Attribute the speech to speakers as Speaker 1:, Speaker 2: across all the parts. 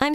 Speaker 1: I'm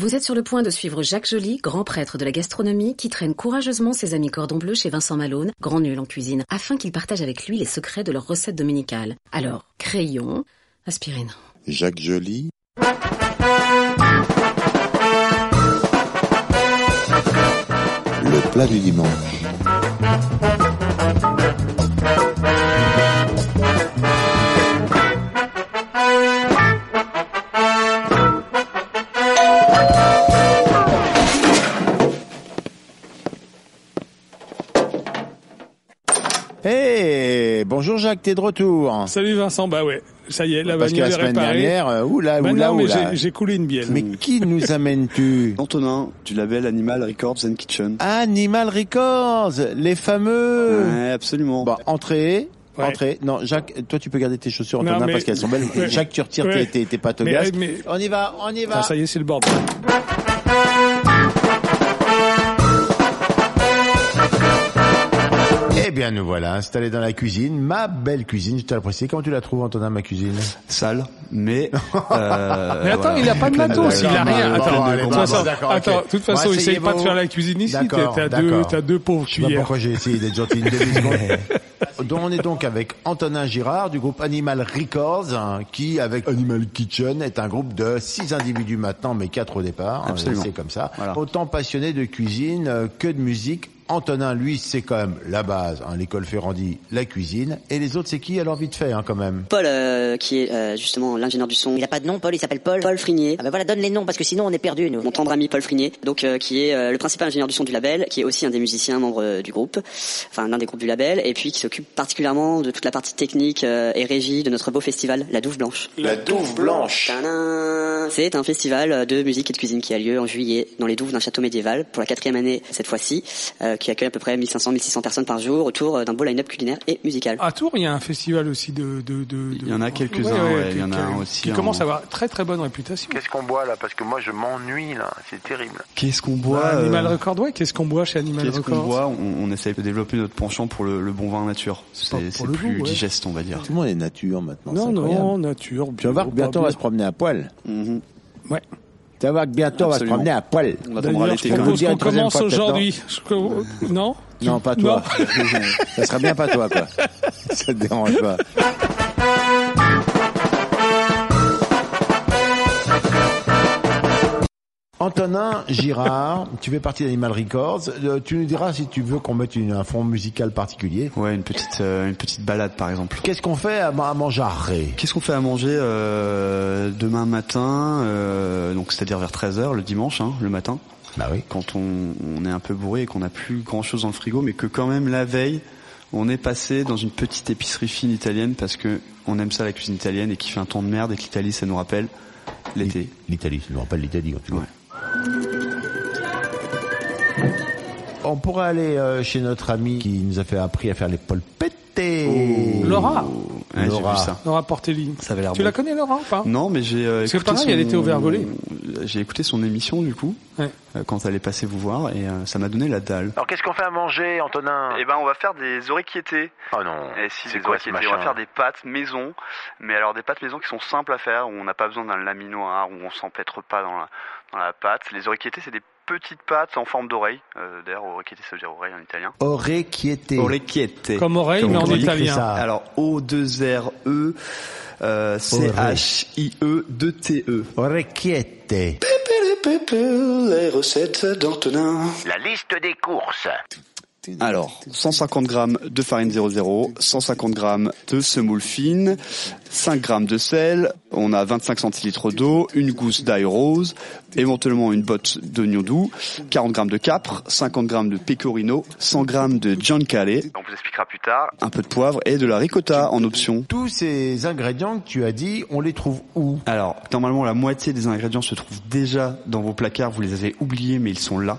Speaker 2: Vous êtes sur le point de suivre Jacques Joly, grand prêtre de la gastronomie, qui traîne courageusement ses amis cordon bleu chez Vincent Malone, grand nul en cuisine, afin qu'il partage avec lui les secrets de leurs recettes dominicales. Alors, crayon, aspirine.
Speaker 3: Jacques Joly, le plat du dimanche. Eh, bonjour Jacques, t'es de retour.
Speaker 4: Salut Vincent, bah ouais, ça y est, la
Speaker 3: Parce que
Speaker 4: bagnole
Speaker 3: la
Speaker 4: est
Speaker 3: semaine
Speaker 4: réparée.
Speaker 3: dernière, euh, oula,
Speaker 4: Bah
Speaker 3: oula,
Speaker 4: non, mais
Speaker 3: oula.
Speaker 4: j'ai- j'ai coulé une bielle.
Speaker 3: Mais qui nous amènes-tu
Speaker 5: Antonin, du label Animal Records and Kitchen.
Speaker 3: Animal Records, les fameux.
Speaker 5: Ouais, absolument.
Speaker 3: Bon, entrée.
Speaker 4: Ouais.
Speaker 3: Entrée. Non, Jacques, toi tu peux garder tes chaussures
Speaker 4: Non,
Speaker 3: Antonin
Speaker 4: mais-
Speaker 3: parce qu'elles sont belles.
Speaker 4: Ouais.
Speaker 3: Jacques, tu retires
Speaker 4: Ouais.
Speaker 3: tes, tes, tes pâtes au
Speaker 4: Mais- euh,
Speaker 3: gaz.
Speaker 4: mais-
Speaker 3: On y va, on y va.
Speaker 4: Putain, Ah, ça y est, c'est le bordel.
Speaker 3: Eh bien, nous voilà installés dans la cuisine, ma belle cuisine. Je t'ai apprécié. Comment tu la trouves, Antonin, ma cuisine
Speaker 5: Sale, mais... euh,
Speaker 4: Mais attends, il a pas de matos, il
Speaker 3: Ah,
Speaker 4: a rien. Attends,
Speaker 3: Bon, allez,
Speaker 4: de toute
Speaker 3: bon,
Speaker 4: façon,
Speaker 3: bon, bah, d'accord,
Speaker 4: attends,
Speaker 3: ok.
Speaker 4: de toute façon,
Speaker 3: Bon,
Speaker 4: essaye pas de
Speaker 3: Bah, essayez-vous.
Speaker 4: faire la cuisine ici. t'es-
Speaker 3: D'accord,
Speaker 4: T'as deux,
Speaker 3: d'accord.
Speaker 4: t'as deux pauvres
Speaker 3: Je sais pas
Speaker 4: cuillères.
Speaker 3: pourquoi j'ai essayé d'être gentil une demi-seconde. Donc, on est donc avec Antonin Girard du groupe Animal Records, hein, qui, avec Animal Kitchen, est un groupe de six individus maintenant, mais quatre au départ. hein,
Speaker 5: Absolument.
Speaker 3: C'est comme ça.
Speaker 5: Voilà.
Speaker 3: Autant passionné de cuisine euh, que de musique. Antonin, lui, c'est quand même la base, hein, l'école Ferrandi, la cuisine. Et les autres, c'est qui Alors vite fait, hein, quand même.
Speaker 6: Paul, euh, qui est euh, justement l'ingénieur du son, il a pas de nom, Paul, il s'appelle Paul. Paul Frinier. Ah bah voilà, donne les noms parce que sinon on est perdu. Nous. Mon tendre ami Paul Frinier, donc euh, qui est euh, le principal ingénieur du son du label, qui est aussi un des musiciens membres euh, du groupe, enfin l'un des groupes du label, et puis qui s'occupe particulièrement de toute la partie technique euh, et régie de notre beau festival, la Douve Blanche.
Speaker 3: La douve blanche.
Speaker 6: Tadam C'est un festival euh, de musique et de cuisine qui a lieu en juillet dans les douves d'un château médiéval pour la quatrième année cette fois-ci, euh, qui accueille à peu près 1500-1600 personnes par jour autour euh, d'un beau line-up culinaire et musical.
Speaker 4: À Tours, il y a un festival aussi de. de, de-
Speaker 5: Il
Speaker 4: de-
Speaker 5: y en a quelques-uns, ouais, il y en a un aussi
Speaker 4: Qui
Speaker 5: en-
Speaker 4: commence à avoir très très bonne réputation.
Speaker 7: Qu'est-ce qu'on boit là Parce que moi je m'ennuie là, c'est terrible.
Speaker 5: Qu'est-ce qu'on boit euh,
Speaker 4: Bah, Animal Record, ouais, qu'est-ce qu'on boit chez Animal
Speaker 5: Qu'est-ce qu'on
Speaker 4: Record
Speaker 5: boit on, on essaye de développer notre penchant pour le, le bon vin nature.
Speaker 4: Pour-
Speaker 5: C'est
Speaker 4: pour
Speaker 5: c'est
Speaker 4: le
Speaker 5: plus
Speaker 4: goût, ouais.
Speaker 5: digeste, on va dire.
Speaker 3: Tout le monde est nature maintenant.
Speaker 4: Non,
Speaker 3: c'est incroyable.
Speaker 4: non, nature.
Speaker 3: Tu vas voir que Mm-hmm. bientôt on va se promener à poil.
Speaker 5: Mhm.
Speaker 4: Ouais.
Speaker 3: Tu vas voir que bientôt
Speaker 5: Absolument.
Speaker 3: on va se promener à poil.
Speaker 5: On attendra
Speaker 4: D'ailleurs, je
Speaker 5: l'été quand même.
Speaker 3: vous
Speaker 4: propose
Speaker 3: dire
Speaker 4: qu'on
Speaker 3: une troisième
Speaker 4: commence
Speaker 3: fois peut-être, Euh,
Speaker 4: aujourd'hui. Je- Non
Speaker 3: Non, pas toi. ça sera bien pas toi, quoi. Ça te dérange pas. Antonin Girard, tu fais partie d'Animal Records. Euh, Tu nous diras si tu veux qu'on mette une- un fond musical particulier.
Speaker 5: Ouais, une petite, euh, une petite balade par exemple.
Speaker 3: Qu'est-ce qu'on fait à, à Manjarré
Speaker 5: Qu'est-ce qu'on fait à manger euh, demain matin, euh, donc c'est-à-dire vers 13h le dimanche, hein, le matin,
Speaker 3: Bah oui.
Speaker 5: quand on, on est un peu bourré et qu'on n'a plus grand-chose dans le frigo, mais que quand même la veille, on est passé dans une petite épicerie fine italienne parce que on aime ça la cuisine italienne et qui fait un temps de merde et que l'Italie ça nous rappelle l'été.
Speaker 3: L'Italie, je ne pas l'Italie quand tu
Speaker 5: Ouais.
Speaker 3: On pourrait aller euh, chez notre ami qui nous a fait appris à faire les polpettes.
Speaker 5: Oh.
Speaker 4: Laura
Speaker 5: Ouais, j'ai
Speaker 3: Laura.
Speaker 5: vu ça.
Speaker 4: Laura Portelli.
Speaker 5: Ça avait l'air
Speaker 4: Tu la
Speaker 5: bon.
Speaker 4: connais, Laura, ou pas
Speaker 5: Non, mais j'ai. euh,
Speaker 4: Parce que
Speaker 5: écouté euh,
Speaker 4: pareil, elle était au Vert-Volé.
Speaker 5: J'ai écouté son émission du coup
Speaker 4: Ouais.
Speaker 5: euh, quand elle est passée vous voir et euh, ça m'a donné la dalle.
Speaker 7: Alors qu'est-ce qu'on fait à manger, Antonin
Speaker 8: Eh ben, on va faire des orecchietés.
Speaker 7: Oh Ah. non,
Speaker 8: Et si
Speaker 7: c'est
Speaker 8: des
Speaker 7: quoi ce
Speaker 8: orecchietés, on
Speaker 7: machin
Speaker 8: va faire des pâtes maison. Mais alors, des pâtes maison qui sont simples à faire, où on n'a pas besoin d'un laminoir, où on s'empêtre pas dans la, dans la pâte. Les orecchietés, c'est des petites pâtes en forme d'oreille. Euh, D'ailleurs, orecchieté, ça veut dire oreille en italien.
Speaker 3: Auré qui était.
Speaker 5: Orecchiette.
Speaker 4: Comme oreille,
Speaker 5: Comme
Speaker 4: mais en
Speaker 5: on dit,
Speaker 4: italien.
Speaker 3: c'est ça. Ah.
Speaker 5: Alors O2RE E, euh, C-H-I-E 2-T-E.
Speaker 3: Auré qui était.
Speaker 5: Les recettes d'Antonin.
Speaker 7: La liste des courses.
Speaker 5: Alors, 150 grammes de farine 00, 150 grammes de semoule fine, 5 grammes de sel, on a 25 centilitres d'eau, une gousse d'ail rose, éventuellement une botte d'oignon doux, 40 grammes de capre, 50 grammes de pecorino, 100 grammes de giancale,
Speaker 8: On vous expliquera plus tard.
Speaker 5: un peu de poivre et de la ricotta en option.
Speaker 3: Tous ces ingrédients que tu as dit, on les trouve où
Speaker 5: Alors, normalement, la moitié des ingrédients se trouvent déjà dans vos placards. Vous les avez oubliés, mais ils sont là.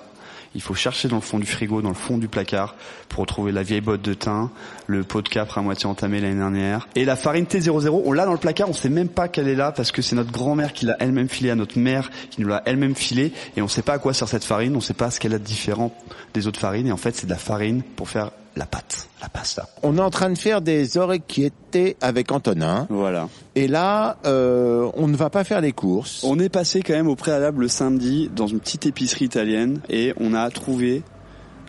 Speaker 5: Il faut chercher dans le fond du frigo, dans le fond du placard, pour retrouver la vieille botte de thym, le pot de capre à moitié entamé l'année dernière. Et la farine T00, on l'a dans le placard, on sait même pas qu'elle est là, parce que c'est notre grand-mère qui l'a elle-même filée à notre mère, qui nous l'a elle-même filée, et on sait pas à quoi sert cette farine, on sait pas ce qu'elle a de différent des autres farines, et en fait, c'est de la farine pour faire la pâte, la pasta.
Speaker 3: On est en train de faire des orecchiettes avec Antonin.
Speaker 5: Voilà.
Speaker 3: Et là, euh, on ne va pas faire les courses.
Speaker 5: On est passé quand même au préalable le samedi dans une petite épicerie italienne et on a trouvé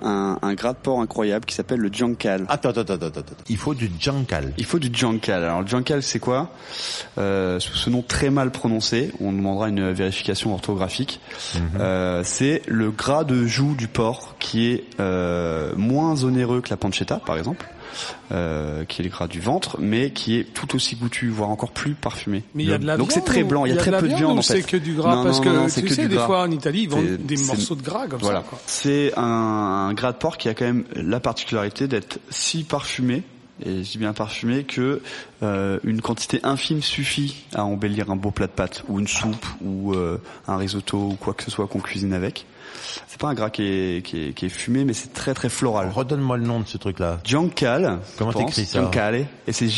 Speaker 5: un, un gras de porc incroyable qui s'appelle le giancale.
Speaker 3: Attends, attends, attends, attends, attends. Il faut du jankal.
Speaker 5: Il faut du giancale. Alors le giancale c'est quoi euh, Sous ce nom très mal prononcé, on demandera une vérification orthographique. Euh, c'est le gras de joue du porc qui est euh, moins onéreux que la pancetta par exemple, euh, qui est le gras du ventre, mais qui est tout aussi goûtu, voire encore plus parfumé.
Speaker 4: Mais il y a de la
Speaker 5: Donc
Speaker 4: viande
Speaker 5: c'est très
Speaker 4: ou-
Speaker 5: blanc, il y a très
Speaker 4: de la
Speaker 5: peu de viande
Speaker 4: ou
Speaker 5: en fait.
Speaker 4: C'est que du gras
Speaker 5: Non,
Speaker 4: parce
Speaker 5: non,
Speaker 4: que
Speaker 5: non, non, c'est
Speaker 4: tu
Speaker 5: que
Speaker 4: sais,
Speaker 5: du
Speaker 4: des
Speaker 5: gras.
Speaker 4: fois en Italie, ils vendent
Speaker 5: C'est-
Speaker 4: des
Speaker 5: c'est-
Speaker 4: morceaux de gras comme ça. quoi.
Speaker 5: C'est un, un gras de porc qui a quand même la particularité d'être si parfumé, et je dis bien parfumé, que euh, une quantité infime suffit à embellir un beau plat de pâtes, ou une soupe, ou euh, un risotto, ou quoi que ce soit qu'on cuisine avec. C'est pas un gras qui est, qui est, qui est fumé, mais c'est très très floral.
Speaker 3: Redonne-moi le nom de ce truc-là.
Speaker 5: Giancale,
Speaker 3: Comment
Speaker 5: je pense.
Speaker 3: t'écris ça
Speaker 5: Giancale, et c'est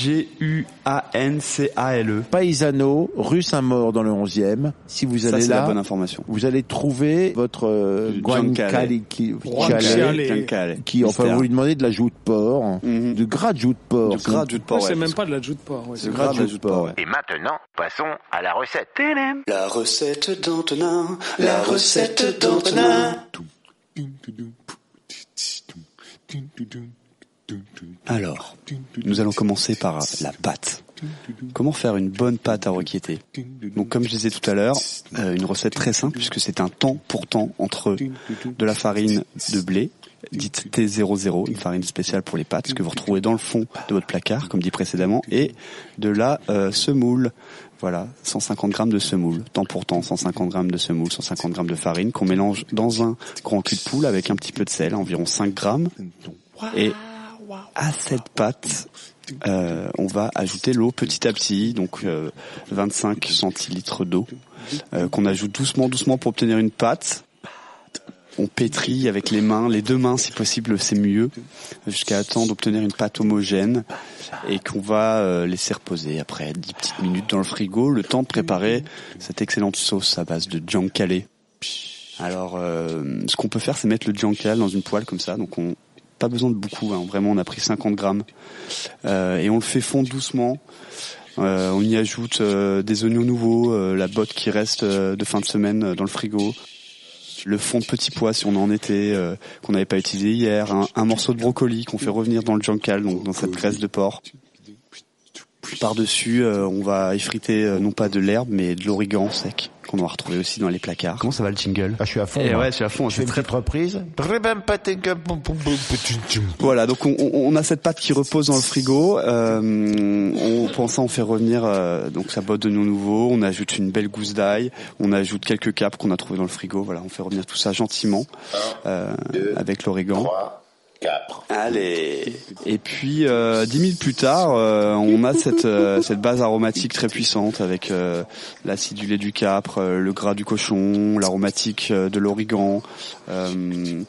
Speaker 5: G-U-A-N-C-A-L-E.
Speaker 3: Paisano, rue Saint-Maur dans le 11e. Si vous
Speaker 5: Ça
Speaker 3: allez
Speaker 5: c'est
Speaker 3: là,
Speaker 5: la bonne information.
Speaker 3: vous allez trouver votre euh,
Speaker 5: Du
Speaker 3: guancale qui,
Speaker 4: Guancale.
Speaker 5: Giancale.
Speaker 3: qui enfin
Speaker 5: Mystère.
Speaker 3: vous lui demandez de la joue de porc,
Speaker 5: Mhm.
Speaker 3: du gras de joue de porc.
Speaker 5: Du gras de
Speaker 4: Ouais,
Speaker 5: porc.
Speaker 4: c'est
Speaker 5: ouais,
Speaker 4: même
Speaker 5: parce
Speaker 4: pas de la joue de porc. ouais,
Speaker 5: que
Speaker 4: c'est
Speaker 5: le
Speaker 4: vrai.
Speaker 5: gras de joue de porc. ouais.
Speaker 7: Et maintenant, passons à la recette.
Speaker 5: La recette d'Antonin, la recette d'Antonin. Alors, nous allons commencer par la pâte. Comment faire une bonne pâte à requêter Donc comme je disais tout à l'heure, euh, une recette très simple puisque c'est un temps pour temps entre de la farine de blé, dite T00, une farine spéciale pour les pâtes, que vous retrouvez dans le fond de votre placard, comme dit précédemment, et de la euh, semoule. Voilà, 150 grammes de semoule, temps pour temps, 150 grammes de semoule, 150 grammes de farine qu'on mélange dans un grand cul de poule avec un petit peu de sel, environ 5 grammes. Et à cette pâte, euh, on va ajouter l'eau petit à petit, donc euh, 25 centilitres d'eau, euh, qu'on ajoute doucement, doucement pour obtenir une pâte. On pétrit avec les mains, les deux mains si possible, c'est mieux, jusqu'à attendre d'obtenir une pâte homogène et qu'on va euh, laisser reposer après 10 petites minutes dans le frigo, le temps de préparer cette excellente sauce à base de giancale. Alors, euh, ce qu'on peut faire, c'est mettre le giancale dans une poêle comme ça, donc on pas besoin de beaucoup, hein. vraiment on a pris 50 grammes, Euh, et on le fait fondre doucement. Euh, on y ajoute euh, des oignons nouveaux, euh, la botte qui reste euh, de fin de semaine euh, dans le frigo, le fond de petit pois si on en était, euh, qu'on n'avait pas utilisé hier, un, un morceau de brocoli qu'on fait revenir dans le giancale, donc dans cette graisse de porc. Par-dessus, euh, on va effriter euh, non pas de l'herbe, mais de l'origan sec, qu'on aura retrouvé aussi dans les placards. Comment ça va le jingle
Speaker 3: Ah, je suis à fond.
Speaker 5: Eh
Speaker 3: moi.
Speaker 5: ouais, je suis à fond,
Speaker 3: je
Speaker 5: c'est
Speaker 3: fais une
Speaker 5: très
Speaker 3: petite reprise.
Speaker 5: Voilà, donc on, on- on a cette pâte qui repose dans le frigo. Euh, on pense à en faire revenir euh, donc sa botte de nous nouveau. On ajoute une belle gousse d'ail. On ajoute quelques capres qu'on a trouvées dans le frigo. Voilà, on fait revenir tout ça gentiment euh, avec l'origan. Allez. Et puis euh, dix minutes plus tard, euh, on a cette euh, cette base aromatique très puissante avec euh, l'acidulé du capre, euh, le gras du cochon, l'aromatique euh, de l'origan. Euh,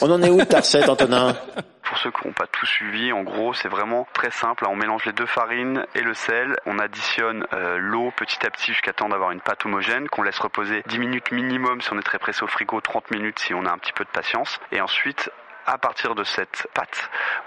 Speaker 3: On en est où de ta recette, Antonin
Speaker 8: Pour ceux qui n'ont pas tout suivi, en gros, c'est vraiment très simple. On mélange les deux farines et le sel. On additionne euh, l'eau petit à petit jusqu'à temps d'avoir une pâte homogène qu'on laisse reposer 10 minutes minimum si on est très pressé au frigo, 30 minutes si on a un petit peu de patience. Et ensuite, à partir de cette pâte,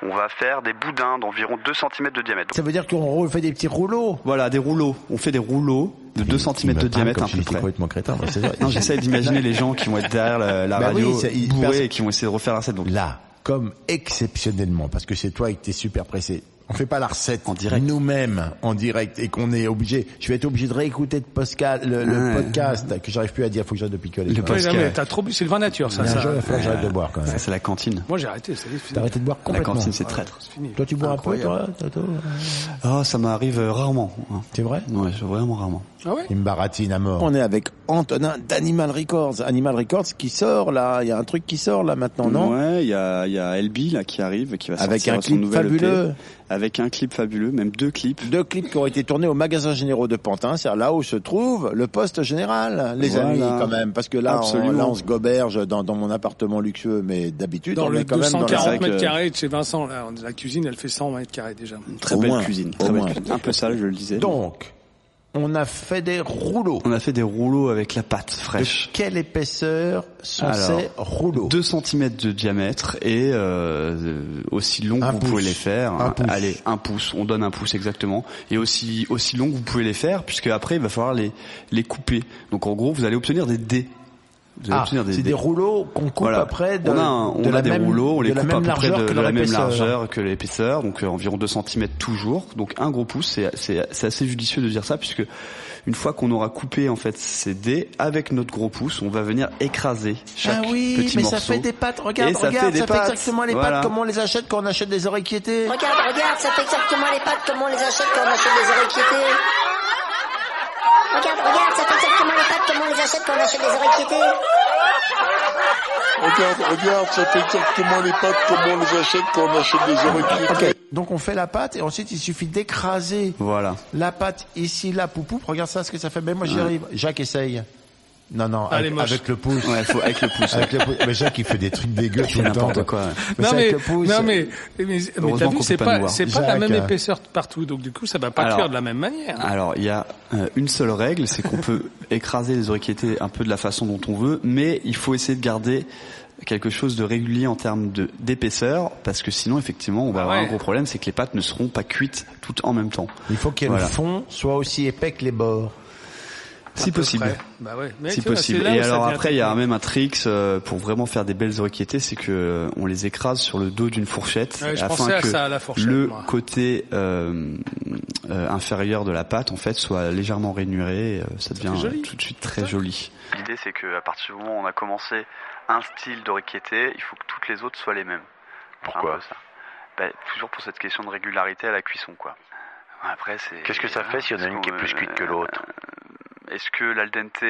Speaker 8: on va faire des boudins d'environ 2 cm de diamètre.
Speaker 3: Ça veut dire qu'on refait des petits rouleaux.
Speaker 5: Voilà, des rouleaux. On fait des rouleaux de 2 cm de diamètre à peu près.
Speaker 3: complètement crétin. moi, c'est vrai.
Speaker 5: Non, j'essaie d'imaginer les gens qui vont être derrière la, la
Speaker 3: Bah oui,
Speaker 5: radio
Speaker 3: c'est- ils-
Speaker 5: bourrés
Speaker 3: personne-
Speaker 5: et qui vont essayer de refaire la recette. Donc,
Speaker 3: Là, comme exceptionnellement, parce que c'est toi qui t'es super pressé. on fait pas la recette en direct nous-mêmes en direct et qu'on est obligé je vais être obligé de réécouter de postca- le, le
Speaker 5: Ouais.
Speaker 3: podcast que j'arrive plus à dire faut que j'arrête de picoler
Speaker 5: Le
Speaker 3: quand
Speaker 4: Ouais,
Speaker 3: même.
Speaker 4: non,
Speaker 5: Pascal.
Speaker 4: mais t'as trop bu, c'est le vin nature, ça.
Speaker 3: Bien
Speaker 4: ça.
Speaker 3: joué, faut que j'arrête de boire quand même
Speaker 5: Ça, c'est la cantine.
Speaker 4: Moi, j'ai arrêté, c'est fini.
Speaker 3: t'as arrêté de boire
Speaker 5: La
Speaker 3: complètement
Speaker 5: cantine, c'est traître.
Speaker 4: C'est fini.
Speaker 3: toi tu bois un peu toi Toto
Speaker 5: Ah, ça m'arrive euh, rarement. hein.
Speaker 3: c'est vrai
Speaker 5: Ouais, vraiment rarement.
Speaker 4: Ah ouais
Speaker 3: Il me baratine à mort. On est avec Antonin d'Animal Records. Animal Records qui sort là. Il y a un truc qui sort là maintenant, non
Speaker 5: Ouais, il y a, il y a LB là qui arrive, qui va
Speaker 3: Avec
Speaker 5: sortir
Speaker 3: un
Speaker 5: son
Speaker 3: clip
Speaker 5: nouvel EP.
Speaker 3: fabuleux.
Speaker 5: avec un clip fabuleux, même deux clips.
Speaker 3: Deux clips qui ont été tournés au magasin généraux de Pantin, c'est là où se trouve le poste général, les
Speaker 5: Voilà.
Speaker 3: amis quand même, parce que là on,
Speaker 5: Absolument.
Speaker 3: là, on se goberge dans, dans mon appartement luxueux, mais d'habitude
Speaker 4: Dans
Speaker 3: on
Speaker 4: le
Speaker 3: est quand même dans
Speaker 4: 240
Speaker 3: la
Speaker 5: sac,
Speaker 4: mètres
Speaker 5: euh.
Speaker 4: carrés de chez Vincent, là, on- la cuisine, elle fait 100 mètres carrés déjà.
Speaker 5: Une Très
Speaker 3: Au
Speaker 5: belle
Speaker 3: moins.
Speaker 5: cuisine,
Speaker 3: Au
Speaker 5: très belle
Speaker 3: moins.
Speaker 5: cuisine. Un peu sale, je le disais.
Speaker 3: Donc, on a fait des rouleaux.
Speaker 5: on a fait des rouleaux avec la pâte fraîche.
Speaker 3: Quelle épaisseur sont
Speaker 5: Alors,
Speaker 3: ces rouleaux
Speaker 5: 2 cm de diamètre et euh, aussi long que
Speaker 3: Un
Speaker 5: vous
Speaker 3: pouce.
Speaker 5: pouvez les faire.
Speaker 3: Un pouce.
Speaker 5: Allez, un pouce, on donne un pouce exactement. Et aussi aussi long que vous pouvez les faire, puisque après il va falloir les les couper. Donc en gros, vous allez obtenir des dés. Vous allez
Speaker 3: Ah,
Speaker 5: obtenir des
Speaker 3: c'est
Speaker 5: dés.
Speaker 3: des rouleaux qu'on coupe
Speaker 5: Voilà.
Speaker 3: après de,
Speaker 5: on a, un-
Speaker 3: de
Speaker 5: on
Speaker 3: la
Speaker 5: a des
Speaker 3: même,
Speaker 5: rouleaux, on les
Speaker 3: de la
Speaker 5: coupe à
Speaker 3: même
Speaker 5: peu près
Speaker 3: largeur
Speaker 5: de,
Speaker 3: que
Speaker 5: de
Speaker 3: leur
Speaker 5: la même
Speaker 3: épaisseur.
Speaker 5: largeur que l'épaisseur, donc euh, environ 2 cm toujours. Donc un gros pouce, c'est c'est- c'est assez judicieux de dire ça, puisque une fois qu'on aura coupé en fait ces dés avec notre gros pouce, on va venir écraser chaque
Speaker 3: ah oui,
Speaker 5: petit
Speaker 3: mais
Speaker 5: morceau.
Speaker 3: ça fait des pâtes. Regarde,
Speaker 5: Et ça
Speaker 3: regarde,
Speaker 5: fait des
Speaker 3: ça
Speaker 5: pâtes.
Speaker 3: fait exactement les
Speaker 5: Voilà.
Speaker 3: pâtes comme on les achète quand on achète des oreilles qui étaient.
Speaker 6: Regarde, regarde, ça fait exactement les pattes comme on les achète quand on achète des oreilles quittées. Regarde, regarde, ça fait exactement les pattes comme on les achète quand on achète des oreilles quittées.
Speaker 9: Regarde, regarde, ça fait exactement les pattes comme on les achète quand on achète des oreilles
Speaker 3: Ok. Donc on fait la pâte et ensuite il suffit d'écraser
Speaker 5: Voilà.
Speaker 3: la pâte ici, là, poupou. Regarde ça, ce que ça fait. Mais moi j'y arrive. Jacques essaye. Non, non,
Speaker 4: Ah, elle est
Speaker 3: avec,
Speaker 4: moche.
Speaker 3: avec le pouce.
Speaker 5: Ouais, faut avec le pouce.
Speaker 3: Avec le pouce. Mais Jacques il fait des trucs dégueux tout le temps.
Speaker 5: n'importe quoi, ouais.
Speaker 3: Mais
Speaker 4: non,
Speaker 3: c'est
Speaker 4: mais,
Speaker 3: avec le pouce.
Speaker 4: non mais, mais, mais t'as
Speaker 5: Heureusement
Speaker 4: vu,
Speaker 5: qu'on
Speaker 4: c'est
Speaker 5: peut pas le
Speaker 4: pas,
Speaker 5: voir.
Speaker 4: c'est pas la
Speaker 3: Jacques,
Speaker 4: même
Speaker 3: euh.
Speaker 4: épaisseur partout, donc du coup ça va pas
Speaker 5: Alors.
Speaker 4: cuire de la même manière.
Speaker 5: Alors, il y a euh, une seule règle, c'est qu'on peut écraser les oreilles qui étaient un peu de la façon dont on veut, mais il faut essayer de garder quelque chose de régulier en termes de d'épaisseur, parce que sinon, effectivement, on va avoir
Speaker 4: Ah ouais.
Speaker 5: un gros problème, c'est que les pâtes ne seront pas cuites toutes en même temps.
Speaker 3: Il faut que
Speaker 5: Voilà.
Speaker 3: le fond soit aussi épais que les bords.
Speaker 5: Si
Speaker 4: À peu
Speaker 5: possible.
Speaker 4: près. Bah ouais. Mais
Speaker 5: Si
Speaker 4: tu vois, c'est
Speaker 5: possible.
Speaker 4: là
Speaker 5: Et
Speaker 4: où ça
Speaker 5: alors
Speaker 4: devient
Speaker 5: après, il y a même un trick euh, pour vraiment faire des belles oreilles qui étaient, c'est que euh, on les écrase sur le dos d'une fourchette
Speaker 4: Ouais, je
Speaker 5: afin
Speaker 4: pensais à
Speaker 5: que
Speaker 4: ça, à la fourchette,
Speaker 5: le
Speaker 4: moi.
Speaker 5: côté euh, euh, inférieur de la pâte en fait soit légèrement rainuré. et, euh, ça devient
Speaker 4: joli.
Speaker 5: euh, tout de suite très joli.
Speaker 8: L'idée, c'est que à partir du moment où on a commencé un style de riqueté, il faut que toutes les autres soient les mêmes. Pourquoi ça. Bah, Toujours pour cette question de régularité à la cuisson, quoi. Après, c'est.
Speaker 7: Qu'est-ce que ça fait s'il y en a
Speaker 8: Est-ce
Speaker 7: une qui est
Speaker 8: qu'on- euh,
Speaker 7: plus cuite que l'autre
Speaker 8: Est-ce que l'al dente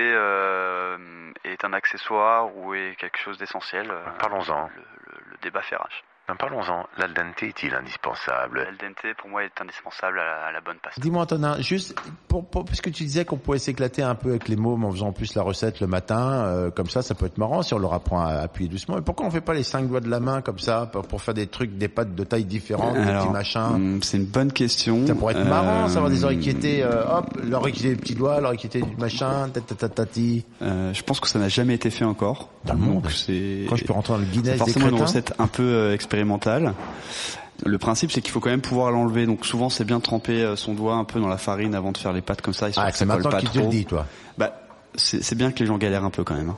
Speaker 8: euh, est un accessoire ou est quelque chose d'essentiel euh,
Speaker 7: Parlons-en.
Speaker 8: Le, le- le débat fait rage.
Speaker 7: Non, Parlons-en, l'al dente est-il indispensable
Speaker 8: L'al dente, pour moi, est indispensable à la, à la bonne pasta.
Speaker 3: Dis-moi Antonin, juste pour, pour parce que tu disais qu'on pouvait s'éclater un peu avec les mômes en faisant en plus la recette le matin, euh, comme ça, ça peut être marrant si on leur apprend à appuyer doucement. Et pourquoi on fait pas les cinq doigts de la main comme ça pour, pour faire des trucs, des pattes de taille différente, des
Speaker 5: Alors,
Speaker 3: petits machins
Speaker 5: hum, C'est une bonne question.
Speaker 3: Ça pourrait être marrant, ça avoir des oreilles qui étaient,
Speaker 5: Euh,
Speaker 3: euh, hop, l'oreille qui était du petit doigt, l'oreille qui était du machin, tatatatati.
Speaker 5: euh, je pense que ça n'a jamais été fait encore.
Speaker 3: Dans le monde.
Speaker 5: Donc, c'est-
Speaker 3: Quand je peux rentrer dans le Guinness
Speaker 5: C'est
Speaker 3: des
Speaker 5: forcément une
Speaker 3: crétins.
Speaker 5: recette un peu euh, expérimentale. Le principe, c'est qu'il faut quand même pouvoir l'enlever. Donc souvent, c'est bien de tremper euh, son doigt un peu dans la farine avant de faire les pâtes comme ça. histoire
Speaker 3: Ah,
Speaker 5: que
Speaker 3: c'est
Speaker 5: ça colle
Speaker 3: maintenant
Speaker 5: pas
Speaker 3: qui te le
Speaker 5: trop.
Speaker 3: dit, toi.
Speaker 5: Bah, c'est c'est bien que les gens galèrent un peu quand même. hein.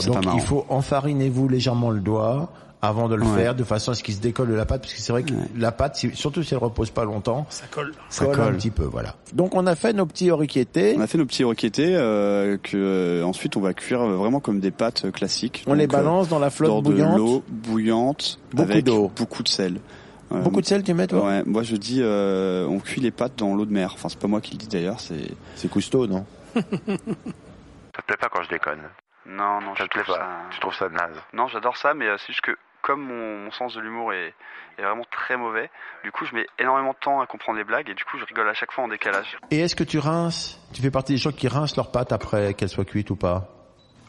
Speaker 5: Sinon, c'est
Speaker 3: Donc
Speaker 5: pas marrant.
Speaker 3: il faut enfariner-vous légèrement le doigt avant de le
Speaker 5: Ouais.
Speaker 3: faire, de façon à ce qu'il se décolle de la pâte, parce que c'est vrai que la pâte, si- surtout si elle repose pas longtemps,
Speaker 4: Ça colle.
Speaker 3: ça colle,
Speaker 5: colle.
Speaker 3: un petit peu, voilà. Donc on a fait nos petits oriquetés,
Speaker 5: On a fait nos petits roquettés euh, que euh, ensuite on va cuire euh, vraiment comme des pâtes euh, classiques.
Speaker 3: on les
Speaker 5: Donc, euh,
Speaker 3: balance dans la flotte
Speaker 5: dans de
Speaker 3: bouillante.
Speaker 5: l'eau bouillante
Speaker 3: Beaucoup
Speaker 5: avec
Speaker 3: d'eau.
Speaker 5: beaucoup de sel. Euh,
Speaker 3: Beaucoup de sel, tu mets toi
Speaker 5: Ouais, moi je dis euh, on cuit les pâtes dans l'eau de mer. Enfin, c'est pas moi qui le dis d'ailleurs, c'est
Speaker 3: C'est costaud, non
Speaker 7: Ça te plaît pas quand je déconne
Speaker 8: Non, non, je
Speaker 7: Ça te plaît
Speaker 8: trouve
Speaker 7: pas
Speaker 8: ça-
Speaker 7: Tu trouves ça naze
Speaker 8: Non, j'adore ça, mais euh, c'est juste que comme mon, mon sens de l'humour est, est vraiment très mauvais, du coup, je mets énormément de temps à comprendre les blagues et du coup, je rigole à chaque fois en décalage.
Speaker 3: Et est-ce que tu rinces Tu fais partie des gens qui rincent leurs pâtes après qu'elles soient cuites ou pas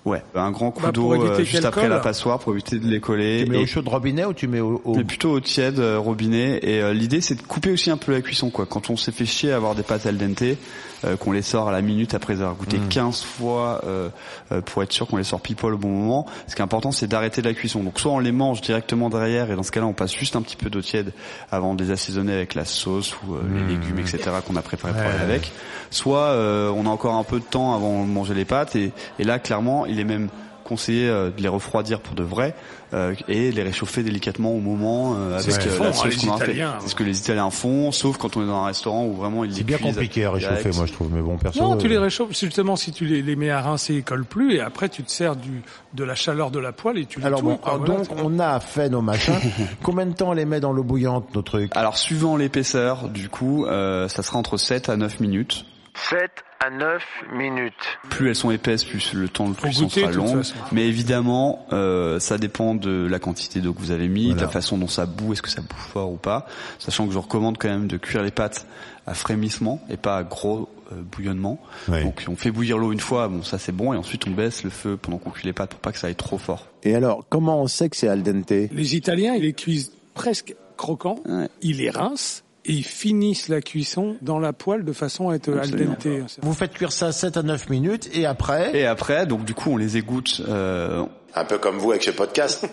Speaker 5: ouais, un grand coup
Speaker 4: Bah,
Speaker 5: d'eau
Speaker 4: pour éviter
Speaker 5: euh,
Speaker 4: qu'elle
Speaker 5: juste après
Speaker 4: colle.
Speaker 5: la passoire pour éviter de les coller
Speaker 3: Tu mets
Speaker 5: et-
Speaker 3: au chaud de robinet ou tu mets au... au-
Speaker 5: mais plutôt au tiède euh, robinet et euh, l'idée c'est de couper aussi un peu la cuisson quoi. Quand on s'est fait chier à avoir des pâtes al dente euh, qu'on les sort à la minute après avoir goûté 15 fois euh, euh, pour être sûr qu'on les sort pipole au bon moment. Ce qui est important c'est d'arrêter la cuisson. Donc soit on les mange directement derrière et dans ce cas-là on passe juste un petit peu d'eau tiède avant de les assaisonner avec la sauce ou euh, les légumes etc qu'on a préparé pour aller avec. Soit euh, on a encore un peu de temps avant de manger les pâtes et, et là clairement il est même conseiller euh, de les refroidir pour de vrai euh, et de les réchauffer délicatement au moment euh,
Speaker 3: C'est ce
Speaker 5: avec
Speaker 3: qu'ils
Speaker 5: euh,
Speaker 3: font,
Speaker 5: la
Speaker 3: hein,
Speaker 5: sauce
Speaker 3: les
Speaker 5: qu'on aura fait.
Speaker 3: Italiens.
Speaker 5: C'est ce que les Italiens font, sauf quand on est dans un restaurant où vraiment ils les
Speaker 3: C'est bien
Speaker 5: cuisent
Speaker 3: compliqué à réchauffer,
Speaker 5: direct.
Speaker 3: moi je trouve, mais bon, perso.
Speaker 4: Non, tu
Speaker 3: euh,
Speaker 4: les réchauffes. Justement, si tu les, les mets à rincer, ils collent plus. Et après, tu te sers du, de la chaleur de la poêle et tu les
Speaker 3: Alors
Speaker 4: tournes.
Speaker 3: bon,
Speaker 4: quoi, voilà,
Speaker 3: donc
Speaker 4: c'est-
Speaker 3: on a fait nos machins. Combien de temps on les met dans l'eau bouillante, nos trucs
Speaker 5: Alors suivant l'épaisseur, du coup, euh, ça sera entre 7 à 9 minutes.
Speaker 7: 7 à 9 minutes.
Speaker 5: Plus elles sont épaisses, plus le temps de
Speaker 7: Faut
Speaker 5: cuisson
Speaker 7: goûter,
Speaker 5: sera
Speaker 7: de toute
Speaker 5: long.
Speaker 7: façon.
Speaker 5: Mais évidemment, euh, ça dépend de la quantité d'eau que vous avez mis, de
Speaker 7: Voilà.
Speaker 5: la façon dont ça boue, est-ce que ça boue fort ou pas. Sachant que je recommande quand même de cuire les pâtes à frémissement et pas à gros euh, bouillonnement.
Speaker 3: Ouais.
Speaker 5: Donc on fait bouillir l'eau une fois, bon ça c'est bon, et ensuite on baisse le feu pendant qu'on cuit les pâtes pour pas que ça aille trop fort.
Speaker 3: Et alors, comment on sait que c'est al dente
Speaker 4: Les Italiens, ils les cuisent presque croquants. Ils les rincent et ils finissent la cuisson dans la poêle de façon à être al
Speaker 5: Absolument.
Speaker 4: dente. C'est-
Speaker 3: Vous faites cuire ça 7 à 9 minutes et après
Speaker 5: Et après, donc du coup on les égoutte. euh,
Speaker 3: Un peu comme vous avec ce podcast.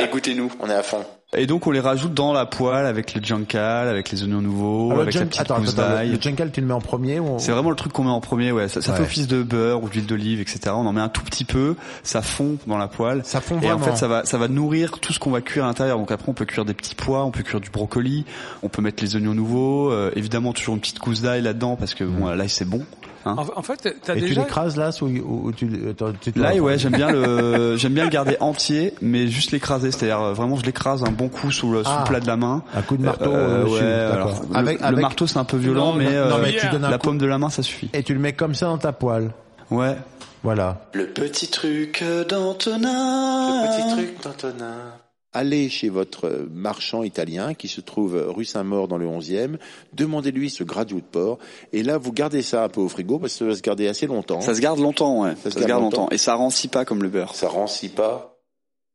Speaker 5: Écoutez-nous.
Speaker 3: On est à fond.
Speaker 5: Et donc on les rajoute dans la poêle avec le juncal, avec les oignons nouveaux,
Speaker 3: Alors,
Speaker 5: avec
Speaker 3: le
Speaker 5: la
Speaker 3: junk-
Speaker 5: petite
Speaker 3: Ah, euh, bah, attends,
Speaker 5: mousse
Speaker 3: attends, le-
Speaker 5: d'ail.
Speaker 3: le jungle, tu le mets en premier ou on-
Speaker 5: C'est vraiment le truc qu'on met en premier, ouais. Ça, ça fait
Speaker 3: Ouais.
Speaker 5: office de beurre ou d'huile d'olive, etc. On en met un tout petit peu, ça fond dans la poêle. Ça fond Et en
Speaker 3: vraiment. hein.
Speaker 5: fait, ça va, ça va nourrir tout ce qu'on va cuire à l'intérieur. Donc après, on peut cuire des petits pois, on peut cuire du brocoli, on peut mettre les oignons nouveaux. euh, évidemment, toujours une petite gousse d'ail là-dedans parce que bon, l'ail c'est bon. Hein.
Speaker 4: En, en fait, t'as
Speaker 3: Et tu
Speaker 4: déjà.
Speaker 3: l'écrases là ou, ou- ou tu, attends, tu te-
Speaker 5: L'ail, ouais, j'aime bien le, j'aime bien le garder entier, mais juste l'écraser. C'est-à-dire euh, vraiment, je l'écrase un bon coup sous le, sous le
Speaker 3: Ah.
Speaker 5: plat de la main.
Speaker 3: Un coup de marteau,
Speaker 5: Euh,
Speaker 3: euh,
Speaker 5: ouais,
Speaker 3: dessus, d'accord.
Speaker 5: alors, le,
Speaker 3: Avec-
Speaker 5: le
Speaker 3: avec-
Speaker 5: marteau, c'est un peu violent,
Speaker 3: Non,
Speaker 5: mais,
Speaker 3: non,
Speaker 5: euh,
Speaker 3: mais tu donnes un
Speaker 5: la
Speaker 3: coup.
Speaker 5: paume de la main, ça suffit.
Speaker 3: Et tu le mets comme ça dans ta poêle.
Speaker 5: Ouais.
Speaker 3: Voilà.
Speaker 5: Le petit truc d'Antonin.
Speaker 10: Le petit truc d'Antonin. Euh. Allez chez votre euh, marchand italien qui se trouve euh, rue Saint-Maur dans le 11e, demandez-lui ce gradué de porc et là vous gardez ça un peu au frigo parce que ça va se garder assez longtemps.
Speaker 5: Ça se garde longtemps, ouais. Ça, se garde, longtemps.
Speaker 10: longtemps.
Speaker 5: Et ça rancit pas comme le beurre.
Speaker 10: Ça rancit pas.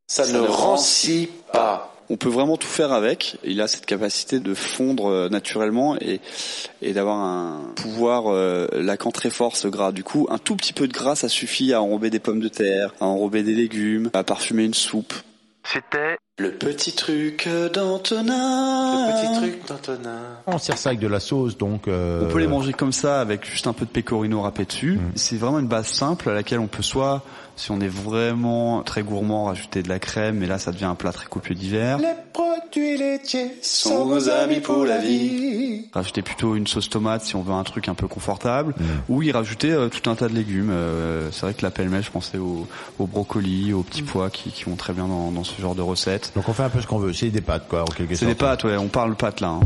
Speaker 10: Ça,
Speaker 5: Ça
Speaker 10: ne
Speaker 5: ne
Speaker 10: rancit pas.
Speaker 5: On peut vraiment tout faire avec. Il a cette capacité de fondre euh, naturellement et, et d'avoir un pouvoir euh, laquant très fort ce gras. Du coup, un tout petit peu de gras, ça suffit à enrober des pommes de terre, à enrober des légumes, à parfumer une soupe.
Speaker 7: C'était
Speaker 5: le petit truc d'Antonin.
Speaker 10: Le petit truc d'Antonin.
Speaker 3: On sert ça avec de la sauce, donc. euh,
Speaker 5: On peut les manger comme ça avec juste un peu de pecorino râpé dessus. C'est vraiment une base simple à laquelle on peut soit, si on est vraiment très gourmand, rajouter de la crème, mais là ça devient un plat très copieux d'hiver.
Speaker 10: Les produits laitiers
Speaker 5: sont nos amis pour la vie. Rajouter plutôt une sauce tomate si on veut un truc un peu confortable, ou y rajouter euh, tout un tas de légumes. Euh, c'est vrai que la pêle-mêle, je pensais au, au brocoli, aux petits pois qui, qui vont très bien dans, dans ce genre de recette.
Speaker 3: Donc on fait un peu ce qu'on veut. C'est des pâtes, quoi, en quelque
Speaker 5: C'est
Speaker 3: sorte.
Speaker 5: des pâtes, ouais, on parle pâtes là. hein.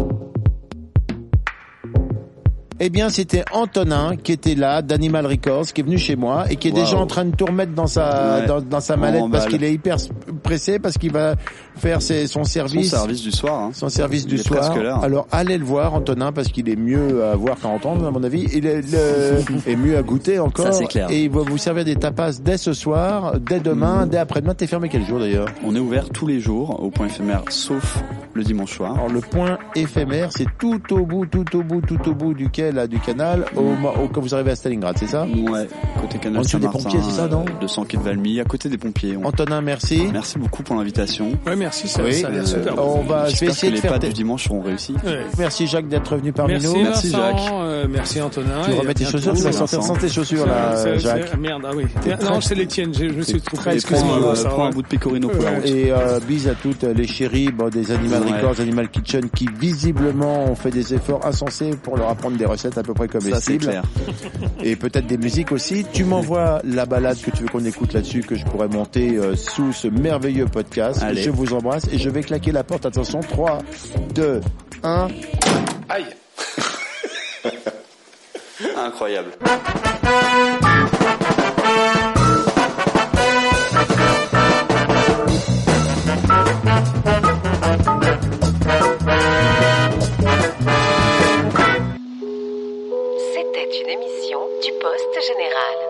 Speaker 3: Eh bien, c'était Antonin qui était là, d'Animal Records, qui est venu chez moi et qui est
Speaker 5: Wow.
Speaker 3: déjà en train de tout remettre dans sa
Speaker 5: Ouais.
Speaker 3: dans, dans sa
Speaker 5: On
Speaker 3: mallette parce
Speaker 5: emballe.
Speaker 3: qu'il est hyper pressé parce qu'il va faire ses-
Speaker 5: Son
Speaker 3: son service.
Speaker 5: service du soir. hein.
Speaker 3: Son service
Speaker 5: Il
Speaker 3: du
Speaker 5: est
Speaker 3: soir.
Speaker 5: presque là. hein.
Speaker 3: Alors allez le voir, Antonin, parce qu'il est mieux à voir qu'à entendre, à mon avis. Il est, le- est mieux à goûter encore.
Speaker 5: Ça, c'est clair. Mm.
Speaker 3: Et il va vous servir des tapas dès ce soir, dès demain, dès après-demain. T'es fermé quel jour d'ailleurs
Speaker 5: On est ouvert tous les jours au point éphémère, sauf le dimanche soir.
Speaker 3: Alors le point éphémère, c'est tout au bout, tout au bout, tout au bout du quai, là, du canal, au, au- quand vous arrivez à Stalingrad, c'est ça
Speaker 5: Ouais, côté canal
Speaker 3: En dessous des
Speaker 5: Saint-Martin,
Speaker 3: pompiers, c'est ça, non
Speaker 5: euh, 200 quai de Valmy, à côté des pompiers. On-
Speaker 3: Antonin, merci.
Speaker 5: Merci beaucoup pour l'invitation.
Speaker 4: Ouais, merci, ça,
Speaker 5: Oui,
Speaker 4: ça a l'air
Speaker 5: euh,
Speaker 4: super.
Speaker 3: on va- je vais
Speaker 5: J'espère
Speaker 3: essayer
Speaker 5: que
Speaker 3: de
Speaker 5: les
Speaker 3: faire
Speaker 5: pâtes
Speaker 3: tes-
Speaker 5: du dimanche seront réussies.
Speaker 4: Ouais.
Speaker 3: Merci Jacques d'être revenu parmi
Speaker 4: Merci,
Speaker 3: nous.
Speaker 4: Vincent,
Speaker 5: Jacques.
Speaker 4: euh, merci Antonin.
Speaker 3: Tu
Speaker 4: et
Speaker 3: remets
Speaker 4: à
Speaker 3: tes
Speaker 4: bientôt.
Speaker 3: chaussures, tu vas sortir
Speaker 5: Vincent.
Speaker 3: sans tes chaussures
Speaker 4: C'est-
Speaker 3: là,
Speaker 4: c'est-
Speaker 3: Jacques.
Speaker 4: Merde, ah oui.
Speaker 3: T'es
Speaker 4: Non,
Speaker 3: presque-
Speaker 4: c'est les tiennes, je je me suis trompé.
Speaker 3: presque-
Speaker 4: Excuse-moi.
Speaker 3: prends, euh,
Speaker 4: Vincent,
Speaker 5: prends un
Speaker 4: ouais.
Speaker 5: bout de pecorino pour la route.
Speaker 3: Et euh, bise à toutes les chéries bon, des Animal
Speaker 5: Ouais.
Speaker 3: Records, Animal Kitchen, qui visiblement ont fait des efforts insensés pour leur apprendre des recettes à peu près
Speaker 5: Ça c'est
Speaker 3: comestibles.
Speaker 5: clair.
Speaker 3: Et peut-être des musiques aussi. Tu m'envoies la balade que tu veux qu'on écoute là-dessus, que je pourrais monter euh, sous ce merveilleux podcast.
Speaker 5: Allez.
Speaker 3: Je vous embrasse et je vais claquer la porte. Attention, 3, 2, 1.
Speaker 10: Aïe
Speaker 5: Incroyable.
Speaker 11: C'était une émission du Poste Général.